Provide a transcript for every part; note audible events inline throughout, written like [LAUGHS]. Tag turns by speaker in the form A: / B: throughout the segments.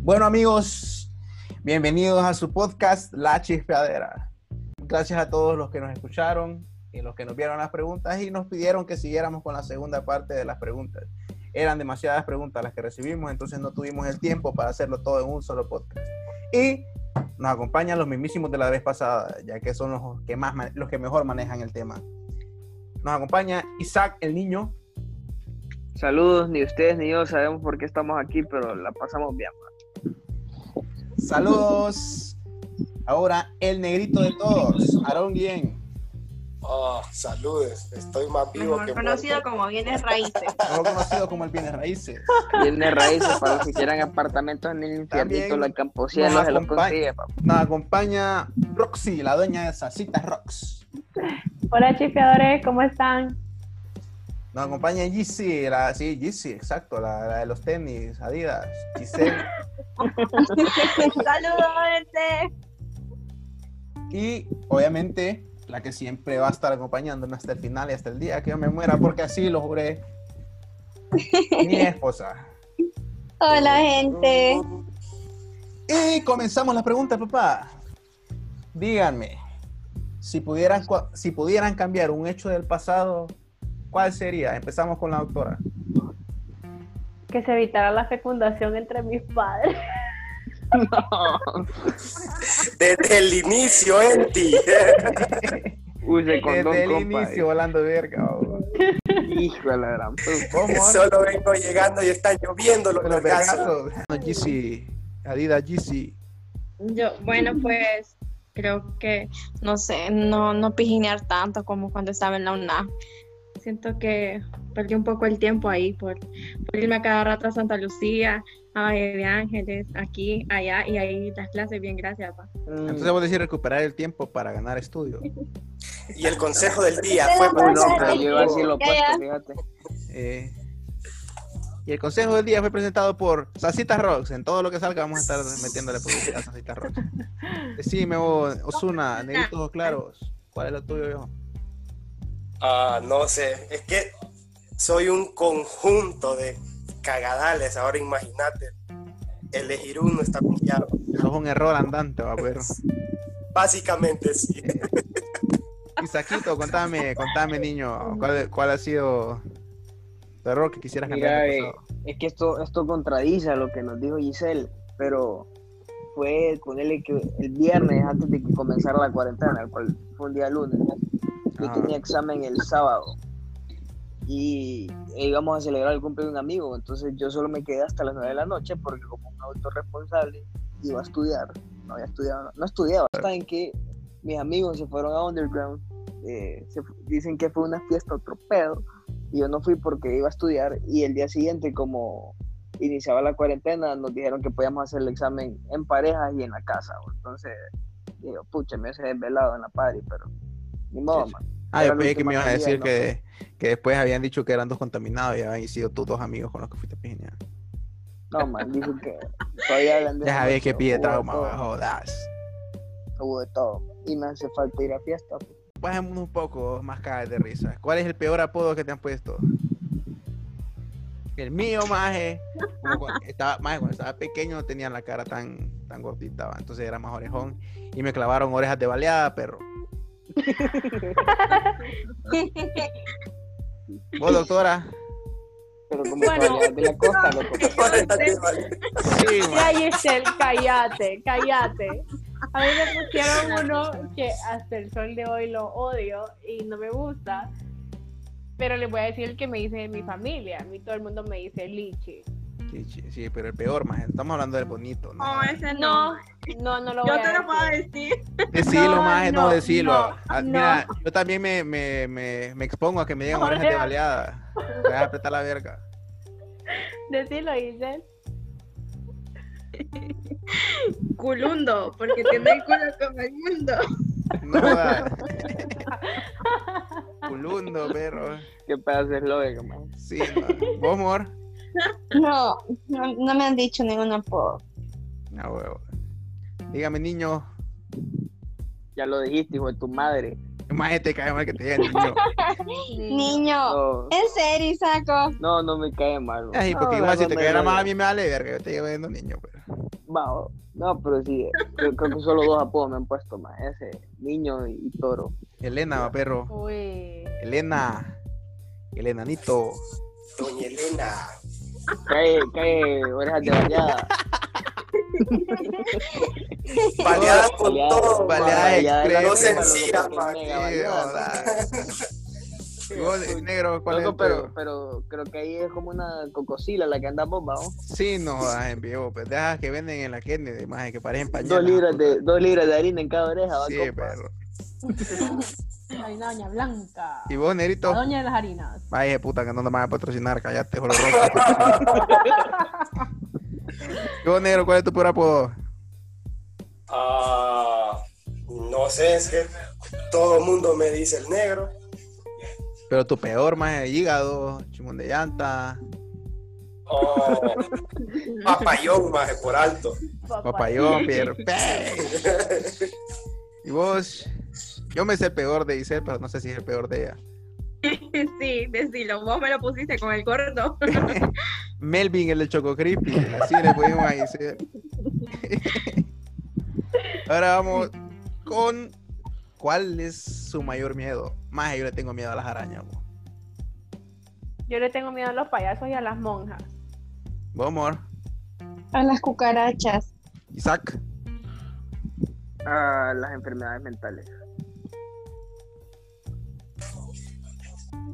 A: Bueno amigos, bienvenidos a su podcast La Chispeadera. Gracias a todos los que nos escucharon y los que nos vieron las preguntas y nos pidieron que siguiéramos con la segunda parte de las preguntas. Eran demasiadas preguntas las que recibimos, entonces no tuvimos el tiempo para hacerlo todo en un solo podcast. Y nos acompañan los mismísimos de la vez pasada, ya que son los que, más, ma- los que mejor manejan el tema. Nos acompaña Isaac el Niño,
B: Saludos, ni ustedes ni yo sabemos por qué estamos aquí, pero la pasamos bien. man.
A: Saludos. Ahora el negrito de todos, Aarón Guillén.
C: Ah, saludes, estoy más vivo
D: Mejor
C: que
D: conocido
C: muerto.
D: como bienes raíces. [LAUGHS]
A: mejor conocido como el Bienes Raíces.
B: Viene raíces para los que quieran apartamentos en el infiernito,
A: También
B: la camposía,
A: nos
B: se los
A: acompaña.
B: consigue, papá.
A: Nos acompaña Roxy, la dueña de Salsitas Rox.
E: Hola chispeadores, ¿cómo están?
A: Nos acompaña Yeezy, la, sí, Yeezy, exacto, la, la de los tenis, Adidas, Giselle.
D: Saludos, gente.
A: Y obviamente la que siempre va a estar acompañándome hasta el final y hasta el día que yo me muera, porque así lo juré. Mi esposa.
F: Hola gente,
A: Y comenzamos la pregunta, papá. Díganme, si pudieran, cua- si pudieran cambiar un hecho del pasado, ¿cuál sería? Empezamos con la doctora.
E: Que se evitara la fecundación entre mis [LAUGHS] padres.
C: Desde el inicio, Enti.
B: [LAUGHS] Uy, se contó
A: Desde
B: un
A: el
B: compa. eh.
A: inicio volando verga. babo.
B: Hijo de la gran puta.
A: ¿Cómo?
C: [LAUGHS] Solo vengo llegando y están lloviendo los
A: Los
C: vergazos.
A: vergazos. Yeezy, Adidas Yeezy.
F: yo, bueno pues creo que no sé, no, no pijinear tanto como cuando estaba en la UNA. Siento que perdí un poco el tiempo ahí por, por irme a cada rato a Santa Lucía, a Valle de Ángeles, aquí, allá y ahí las clases, bien gracias. pa.
B: Mm.
A: Entonces vos decís recuperar el tiempo para ganar estudio.
C: Y el consejo del día fue
B: Uy, no,
C: presentado
B: pero yo iba a decir lo
F: Ya, ya.
B: opuesto, fíjate.
A: Eh, y el consejo del día fue presentado por Salsita Rocks. En todo lo que salga vamos a estar metiéndole publicidad a Salsita Rocks. Decime, vos, Osuna, negritos ojos claros, ¿cuál es lo tuyo, viejo?
C: Ah, no sé, es que soy un conjunto de cagadales. Ahora imagínate, elegir uno está confiado.
A: Sos un error andante, va, pero.
C: Básicamente sí.
A: Isaquito, contame, contame, niño, ¿cuál, cuál ha sido tu error que quisieras cambiar? del
B: Mira, eh,
A: pasado?
B: es que esto, esto contradice a lo que nos dijo Giselle, pero fue con él que el viernes antes de que comenzara la cuarentena, el cual fue un día lunes. ¿no? Yo
A: Ah.
B: tenía examen el sábado y e íbamos a celebrar el cumpleaños de un amigo, entonces yo solo me quedé hasta las 9 de la noche porque como un adulto responsable iba a estudiar, no había estudiado, no, no estudiaba, hasta en que mis amigos se fueron a Underground, eh, se fu- dicen que fue una fiesta otro pedo, y yo no fui porque iba a estudiar y el día siguiente como iniciaba la cuarentena nos dijeron que podíamos hacer el examen en pareja y en la casa, bo. entonces digo, pucha, me hubiese desvelado en la party, pero ni modo, man.
A: Ah, yo
B: era lo
A: pensé
B: que
A: que me
B: más
A: ibas a decir
B: quería, ¿no?
A: que, que después habían dicho que eran dos contaminados y habían sido tus dos amigos con los que fuiste a pijinear.
B: No, man, dicen que todavía hablan de
A: [LAUGHS] Ya
B: esa
A: sabés
B: noche,
A: que pide
B: hubo de
A: trauma,
B: todo,
A: va, jodas.
B: Hubo de todo, y me hace falta ir a fiesta. pues.
A: Bajemos un poco más cagas de risa. ¿Cuál es el peor apodo que te han puesto? El mío, maje. como cuando
B: [LAUGHS]
A: estaba, maje, cuando estaba pequeño no tenía la cara tan, tan gordita, va, entonces era más orejón. Y me clavaron orejas de baleada, perro. Vos, doctora.
B: Pero como
E: Bueno.
B: todavía de la costa, loco. pues,
A: Sí,
E: Mira Giselle, cállate, cállate. A mí me pusieron uno que hasta el sol de hoy lo odio y no me gusta. Pero les voy a decir el que me dice mi familia. A mí todo el mundo me dice lichi.
A: Sí, sí, sí, pero el peor, maje. Estamos hablando del bonito, ¿no?
D: [LAUGHS]
F: Oh,
D: No, ese no.
E: No, no, no lo voy
D: Yo
E: a
D: te lo puedo
E: decir.
D: decir.
A: Decilo,
E: No,
A: maje, no,
E: no,
A: decilo.
E: no,
A: Ah,
E: no.
A: Mira, yo también me, me, me, me expongo a que me digan
E: No,
A: orejas de
E: vea.
A: baleada. Me vas a apretar la verga.
E: Decilo, Giselle.
D: Culundo, porque tiene el culo como el mundo.
A: No jodas. Culundo, perro.
B: ¿Qué pedazo es lo de man?
A: Sí, no. ¿Vos, amor?
F: No, no, no me han dicho ningún apodo.
A: No, huevo. Dígame, niño.
B: Ya lo dijiste, hijo de tu madre.
A: Maje, te cae mal que te digan niño.
F: Niño,
B: No,
F: en serio, saco.
B: no, no me cae mal. man.
A: Ay, porque
B: No,
A: igual si
B: no
A: te
B: me
A: cae
B: duele.
A: mal a mí me vale verga. Yo te llevo viendo niño, pero.
B: Va, no, pero sí, eh, creo, creo que solo dos apodos me han puesto más, ese, niño y, y toro.
A: Elena, va, perro.
E: Uy.
A: Elena. El enanito.
C: [LAUGHS] Doña Elena.
B: Cae, cae, orejas de
C: [LAUGHS]
B: bañada.
C: Baleada con
B: Baleada,
C: todo.
A: baleada expresa.
C: No se encira,
B: Mega baleada. [LAUGHS]
A: Sí, Vos, negro, ¿cuál es
B: Loco,
A: el
B: pero,
A: pero...
B: pero creo que ahí es como una cocosila la que andamos, vamos.
A: Sí, no jodas en vivo. Pues dejas que venden en la Kennedy, imagen que parecen pañuelos.
B: Dos libras, de, dos libras de harina en cada oreja, va,
A: Sí,
B: compa.
E: [LAUGHS]
A: perro.
E: Ay, la doña Blanca.
A: Y vos,
E: La
A: negrito.
E: doña de las harinas.
A: Vaya de puta que no nos van a patrocinar, callate,
E: [LAUGHS]
A: joloroso. y vos, negro, ¿cuál es tu peor apodo?
C: Ah, no sé, es que todo el mundo me dice el negro.
A: Pero tu peor, más de hígado, chimón de llanta,
C: o papayón, Ah, maje, por alto.
A: papayón, pierre.
D: [LAUGHS]
A: y vos, yo me sé el peor de Isel, pero no sé si es el peor de ella.
D: Sí, decilo. Vos me lo pusiste con el gordo.
A: [LAUGHS] Melvin, el del Choco Crispy. Así le pudimos
D: [LAUGHS]
A: a Isel. Ahora vamos con. ¿Cuál es su mayor miedo? Más yo le tengo miedo a las arañas. vos.
E: Yo le tengo miedo a los payasos y a las monjas.
A: Vos, amor.
F: A las cucarachas.
A: Isaac.
B: A Ah, las enfermedades mentales. [LAUGHS]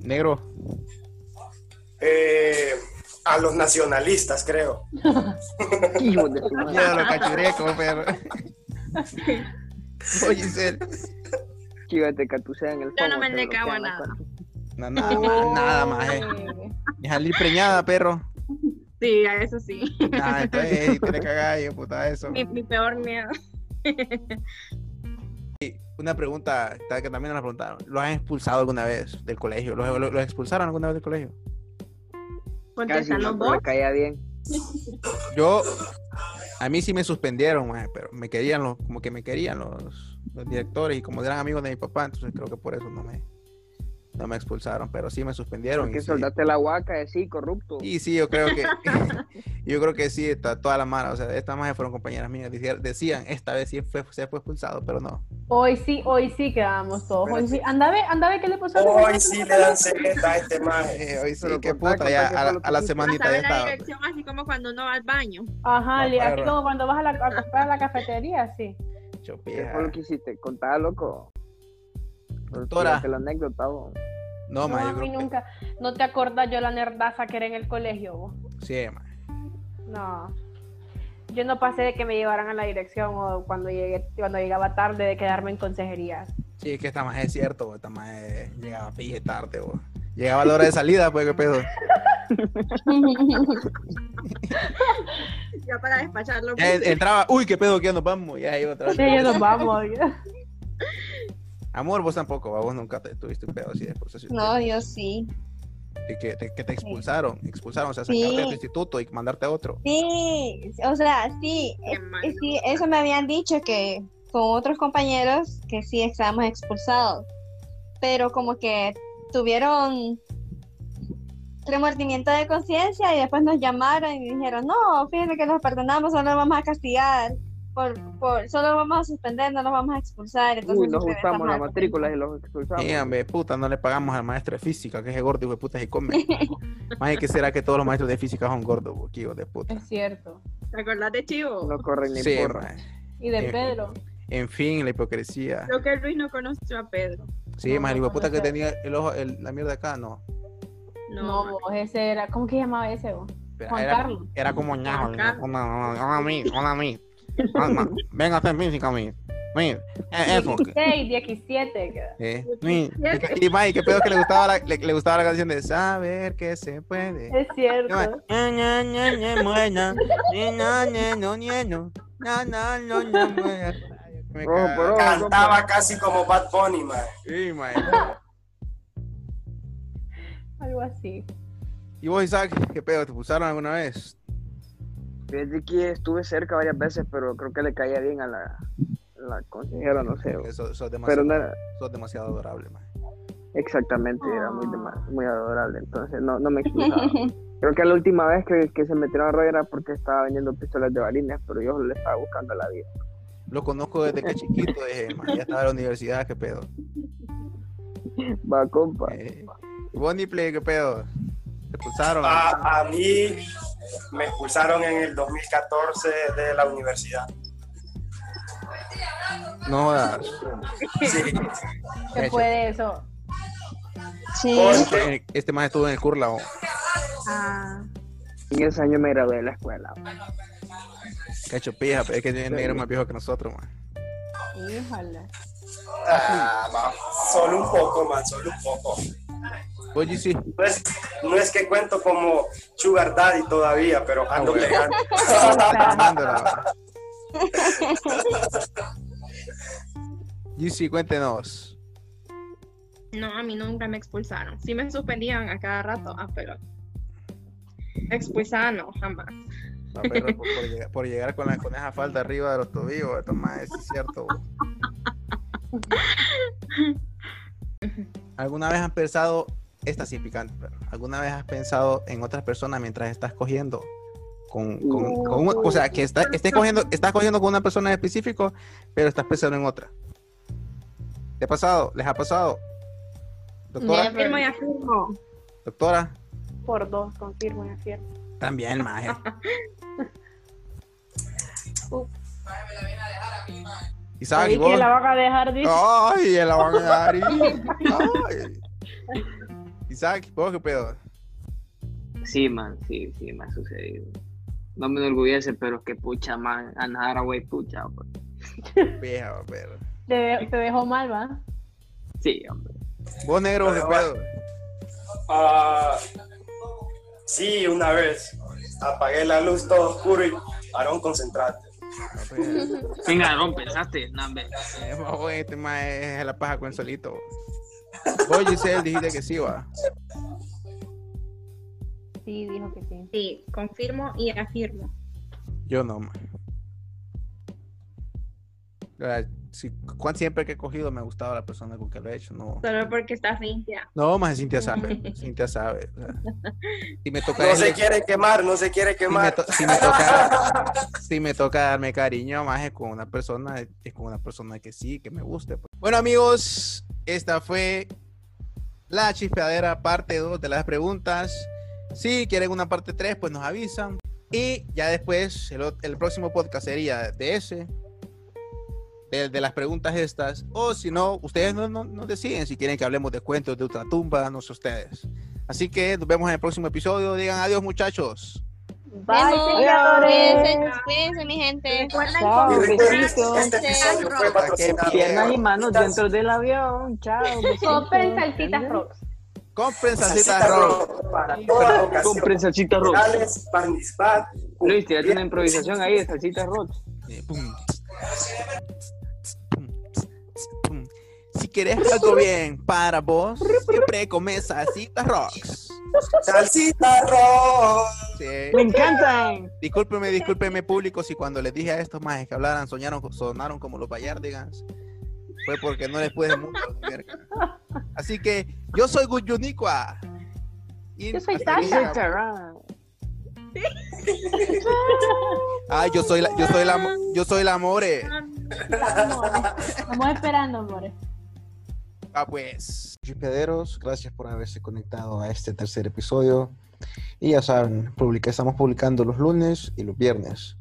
A: Negro.
C: Eh, a los nacionalistas, creo.
B: Hijo de su madre.
A: Miedo a los cachurecos, pero.
D: [LAUGHS]
A: Oye, Isel.
B: Chígate, catucea en el
D: Yo no
B: fondo,
D: me
B: te
D: le cago
B: bloquean
D: a
B: la
D: nada.
B: cuenta.
A: No, nada, más, nada más. Eh. Ni salir preñada, perro.
D: Sí, a eso sí.
A: Nah, entonces sí tiene cagada y puta eso.
D: Mi, mi peor miedo.
A: Una pregunta ta- que también nos la preguntaron. ¿Los han expulsado alguna vez del colegio? ¿Los, los- los expulsaron alguna vez del colegio?
B: Casi
D: Contestan los
B: no
D: dos.
B: me caía bien.
A: Yo, a mí sí me suspendieron, maje, pero me querían los, como que me querían los, los directores y como eran amigos de mi papá, entonces creo que por eso no me, no me expulsaron, pero sí me suspendieron.
B: Porque
A: y sí.
B: soldaste la guaca, eh, sí, corrupto.
A: Y sí, yo creo que [LAUGHS] yo creo que sí, está toda la mara. O sea, estas más fueron compañeras mías. decía- Decían, esta vez sí fue, se fue expulsado, pero no.
E: Hoy sí, hoy sí quedábamos todos. Hoy sí. Anda, ve, anda, ve qué le pasó. a los
C: Hoy
E: payasos?
C: sí le dan secreta a este maje.
A: Eh, hoy sí,
B: Pero
A: qué
B: contá,
A: puta,
B: contá
A: ya
B: qué
A: a,
B: fue
A: la-
B: lo que
A: a la
B: hiciste.
A: semanita ya
D: Saber la
A: estaba.
D: dirección así como cuando uno va al
F: [LAUGHS]
D: baño.
E: Ajá,
A: No,
E: le- así
A: perra.
E: como cuando vas a, la, a comprar a la cafetería, sí.
B: ¿Qué
A: Chopija.
B: fue lo que hícite? Contá, loco.
A: Doctora.
B: Chígate la anécdota, vos.
A: No,
E: No,
A: ma, yo
E: a mí
A: creo que-
E: nunca. ¿No te acordás yo la nerdaza que era en el colegio? vos?
A: Sí, ma.
E: No. Yo no pasé de que me llevaran a la dirección o cuando llegué, cuando llegaba tarde de quedarme en consejería.
A: Sí, es que esta más es cierto, bo, esta más es- llegaba pije tarde, bo. Llegaba a la hora de salida, pues qué pedo.
D: Ya para despacharlo.
B: Eh,
A: Ya en- entraba, uy, qué pedo que ya nos vamos, ya iba otra vez.
E: Sí,
A: [LAUGHS]
E: ya nos vamos.
A: Amor, vos tampoco, va, vos nunca te tuviste un pedo así de expulsación.
F: No, yo sí.
A: De que, de que te expulsaron, expulsaron, o sea,
F: Sí.
A: sacarte de tu instituto y mandarte a otro.
F: Sí, o sea, sí.
D: Qué malo.
F: eh, sí, eso me habían dicho que con otros compañeros que sí estábamos expulsados. Pero como que tuvieron remordimiento de conciencia y después nos llamaron y dijeron, no, fíjense que los perdonamos, solo los vamos a castigar. Por, por, solo los vamos a suspender, no los vamos a expulsar. Entonces
B: Uy, nos
F: regresamos
B: gustamos las
F: al-
B: matrículas y los expulsamos.
A: Sí, hombre, puta, no le pagamos al maestro de física, que es gordo, hijo de puta, y come. Más que será que todos los maestros de física son gordos, bo, que hijo de puta.
E: Es cierto.
D: ¿Te acordás de Chivo?
B: No corren ni
A: Sí,
B: porra.
A: ma.
E: Y de
A: Eh,
E: Pedro.
A: En fin, la hipocresía.
D: Creo que Luis no conoció a Pedro.
A: Sí,
E: No,
A: más el
E: no,
A: hijo de puta
E: no
A: que
E: sé.
A: tenía el ojo, el- la mierda acá, no.
E: No, vos, ese era. ¿Cómo que llamaba ese vos?
A: Pero
E: Juan
A: era,
E: Carlos.
A: era como ñajo.
D: Juan
A: le digo, Hola, hola, hola a mí, hola a mí.
E: [LAUGHS]
A: Alma, Ah, Venga a hacer física a mí. Mi, eh, Eso.
E: 16, 17. que-
A: Eh, mi. Y May, qué pedo que le gustaba la, le, le gustaba la canción de Saber que se puede.
E: Es cierto.
A: Ña, ña, ña, ña, muena. Ni, na, ne, no, nie, no. Na, na, no, no, muena. Me
B: Rojo
A: cago.
B: por rojo,
C: Cantaba casi como Bad Bunny, maje.
A: Sí, May.
E: Algo así.
A: ¿Y vos, Isaac? ¿Qué pedo? ¿Te pulsaron alguna vez?
B: Desde que estuve cerca varias veces, pero creo que le caía bien a la, a la consejera, no sé.
A: Porque Sos, sos demasiado,
B: Pero no era
A: sos demasiado adorable, May.
B: exactamente, era muy, de- muy adorable, entonces no, no me expulsaba. Creo que la última vez que, que se metieron a rollo era porque estaba vendiendo pistolas de balines, pero yo le estaba buscando la vida.
A: Lo conozco desde que chiquito, dije, "Man, ya estaba en la universidad, qué pedo.
B: Va, compa.
A: Eh, Bonnie Play, qué pedo. Te expulsaron.
C: A, a mí me expulsaron en el 2014 de la universidad.
A: No jodas.
C: Sí,
E: Se puede eso.
F: Sí.
A: Este, este más estuvo en el Curlao.
F: Ah,
B: En ese año me gradué de la escuela.
A: Cacho pija, pero es que el negro es más viejo que nosotros, man. [LAUGHS]
E: Híjala.
C: Ah, va, solo un poco, man, solo un poco.
A: Oye, sí.
C: No es, no es que cuento como Sugar Daddy todavía, pero ando
A: bueno.
C: pegando.
A: Mándola. GC, cuéntenos.
F: no, a mí nunca me expulsaron. Sí me suspendían a cada rato, ah, pero expulsada no, jamás.
A: No, pero por, por llegar, por llegar con, la, con esa falda arriba de los tobillos, esto más es cierto. bo. ¿Alguna vez has pensado, esta sí es picante, pero, ¿alguna vez has pensado en otras personas mientras estás cogiendo? Con, con- con un- o sea, que está- estés cogiendo, estás cogiendo con una persona en específico, pero estás pensando en otra. ¿Te ha pasado? ¿Les ha pasado? Doctora,
F: Firmo y afirmo.
A: doctora,
E: Por dos, confirmo, es cierto.
A: también, maje. Isaac, ¿y
E: Oí que
A: vos?
E: la van a dejar, dice.
A: Ay, el abangar. Ay. Isaac, ¿vos qué pedo?
B: Sí, man, sí, sí, me ha sucedido. No me enorgullece, pero que pucha, man, Anne Haraway, pucha, pues.
A: Vieja, pero.
E: Te, de- te dejó mal, ¿va?
B: Sí, hombre.
A: Vos negro, ¿qué pedo?
C: Ah, sí, una vez apagué la luz todo oscuro y Aarón concentrate.
A: No,
B: Venga, Aarón, pensaste, no, hombre.
A: pues, Ah, eh, vos, Este más es la paja con el solito. Vos, Giselle, dijiste que sí, va.
E: Sí, dijo que sí.
F: Sí, confirmo y afirmo.
A: Yo no, ma. La- Si, cuan- siempre que he cogido me ha gustado la persona con que lo he hecho, no.
F: Solo porque está Cintia.
A: No, más Cintia sabe. Cintia sabe. o sea. si me toca
C: No se
A: darle-
C: quiere quemar, no se quiere
A: si me,
C: quemar.
A: to- si me toca si me toca darme cariño más es con una persona es con una persona que sí que me guste pues. bueno amigos esta fue la chispeadera parte 2 de las preguntas si quieren una parte 3 pues nos avisan y ya después el, ot- el próximo podcast sería de ese de, de las preguntas estas o si no ustedes no, no- no deciden si quieren que hablemos de cuentos de ultratumba no sé ustedes así que nos vemos en el próximo episodio digan adiós muchachos
E: Bye, señores.
G: Cuídense, cuídense, mi gente.
B: Oh,
E: Chao,
C: Y recuerden,
E: besitos.
C: este episodio fue patrocinado.
B: Piernas y
C: por
B: manos
C: Salsitas-
B: dentro del avión, chao.
E: Compren salsitas rocks.
A: Compren salsita
C: Salsitas
A: rock.
C: Rock para toda ocasión.
B: Compren salsita rock.
C: Finales, barnizbat,
B: Luis, tirate una improvisación ahí de salsita rock.
A: Eh, pum. Pum. Si querés algo bien para vos, siempre come salsita rocks.
C: Salsita rock.
A: Sí.
B: ¡Me encantan!
A: Discúlpeme, discúlpeme público si cuando les dije a estos más que hablaran, soñaron, sonaron como los Bayardigans. Fue porque no les pude mucho. ni verga. Así que yo soy Guyunicua. Y
E: Yo soy
A: hasta ahí
E: Tasha.
A: llegamos. Ah, yo soy la, yo soy la, yo soy la more.
E: Estamos esperando, amores.
A: Ah, pues. Chipederos, gracias por haberse conectado a este tercer episodio. Y ya saben, publica- estamos publicando los lunes y los viernes.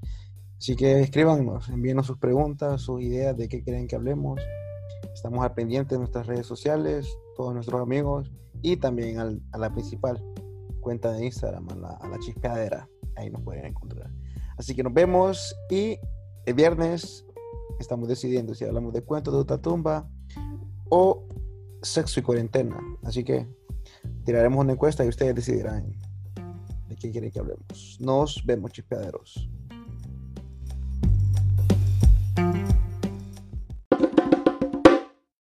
A: Así que escríbanos, envíenos sus preguntas, sus ideas de qué quieren que hablemos. Estamos al pendiente de nuestras redes sociales, todos nuestros amigos y también al- a la principal cuenta de Instagram, a la, a la chispeadera. Ahí nos pueden encontrar. Así que nos vemos y el viernes estamos decidiendo si hablamos de cuentos de otra tumba o sexo y cuarentena. Así que tiraremos una encuesta y ustedes decidirán de qué quieren que hablemos. Nos vemos, chispeaderos.